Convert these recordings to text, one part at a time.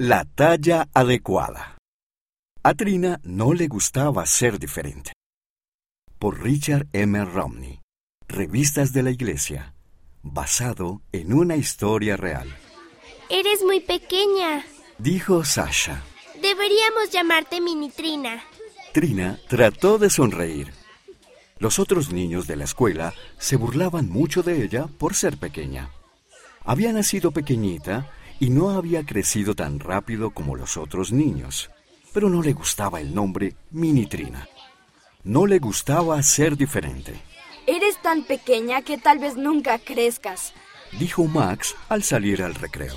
La talla adecuada. A Trina no le gustaba ser diferente. Por Richard M. Romney. Revistas de la Iglesia. Basado en una historia real. Eres muy pequeña. Dijo Sasha. Deberíamos llamarte Minitrina. Trina trató de sonreír. Los otros niños de la escuela se burlaban mucho de ella por ser pequeña. Había nacido pequeñita y no había crecido tan rápido como los otros niños, pero no le gustaba el nombre Minitrina. No le gustaba ser diferente, Eres tan pequeña que tal vez nunca crezcas. dijo Max al salir al recreo.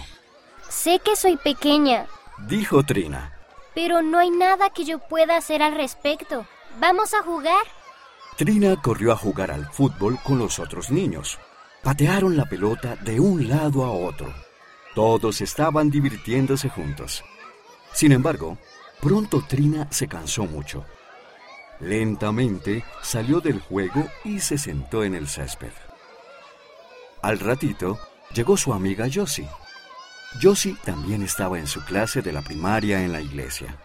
Sé que soy pequeña, Dijo Trina. pero no hay nada que yo pueda hacer al respecto. Vamos a jugar. Trina corrió a jugar al fútbol con los otros niños. Patearon la pelota de un lado a otro. Todos estaban divirtiéndose juntos. Sin embargo, pronto Trina se cansó mucho. Lentamente salió del juego y se sentó en el césped. Al ratito, llegó su amiga Josie. Josie también estaba en su clase de la primaria en la iglesia.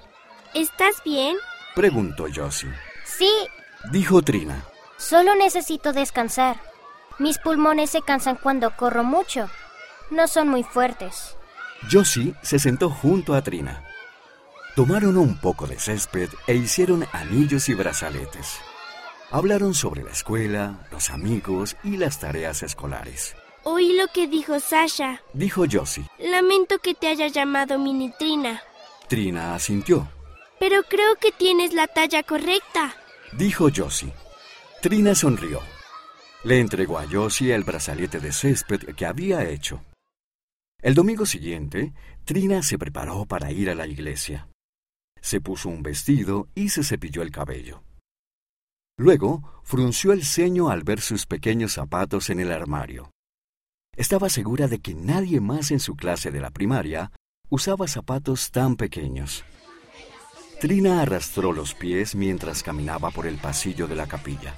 ¿Estás bien? Preguntó Josie. Sí, Dijo Trina. solo necesito descansar. Mis pulmones se cansan cuando corro mucho. No son muy fuertes. Josie se sentó junto a Trina. Tomaron un poco de césped e hicieron anillos y brazaletes. Hablaron sobre la escuela, los amigos y las tareas escolares. Oí lo que dijo Sasha. Dijo Josie. Lamento que te haya llamado Minitrina, Trina asintió. pero creo que tienes la talla correcta. Dijo Josie. Trina sonrió. Le entregó a Josie el brazalete de césped que había hecho. El domingo siguiente, Trina se preparó para ir a la iglesia. Se puso un vestido y se cepilló el cabello. Luego, frunció el ceño al ver sus pequeños zapatos en el armario. Estaba segura de que nadie más en su clase de la primaria usaba zapatos tan pequeños. Trina arrastró los pies mientras caminaba por el pasillo de la capilla.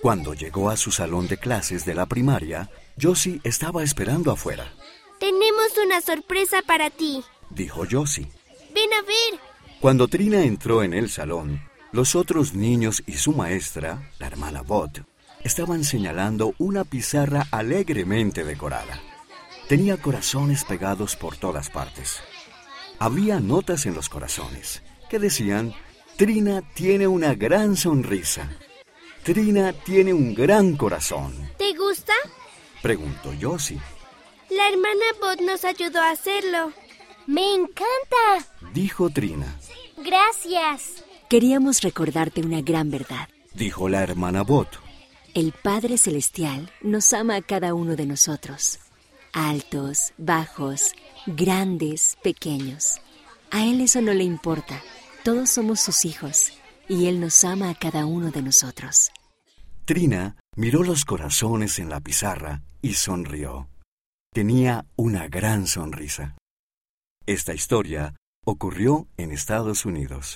Cuando llegó a su salón de clases de la primaria, Josie estaba esperando afuera. Tenemos una sorpresa para ti. Dijo Josie. Ven a ver. Cuando Trina entró en el salón, los otros niños y su maestra, la hermana Bot, estaban señalando una pizarra alegremente decorada. Tenía corazones pegados por todas partes. Había notas en los corazones que decían, Trina tiene una gran sonrisa. Trina tiene un gran corazón, ¿Te gusta? preguntó Josie. La hermana Bot nos ayudó a hacerlo. ¡Me encanta! Dijo Trina, Gracias. Queríamos recordarte una gran verdad. dijo la hermana Bot. El Padre Celestial nos ama a cada uno de nosotros. Altos, bajos, grandes, pequeños. A Él eso no le importa. Todos somos sus hijos y Él nos ama a cada uno de nosotros. Trina miró los corazones en la pizarra y sonrió. Tenía una gran sonrisa. Esta historia ocurrió en Estados Unidos.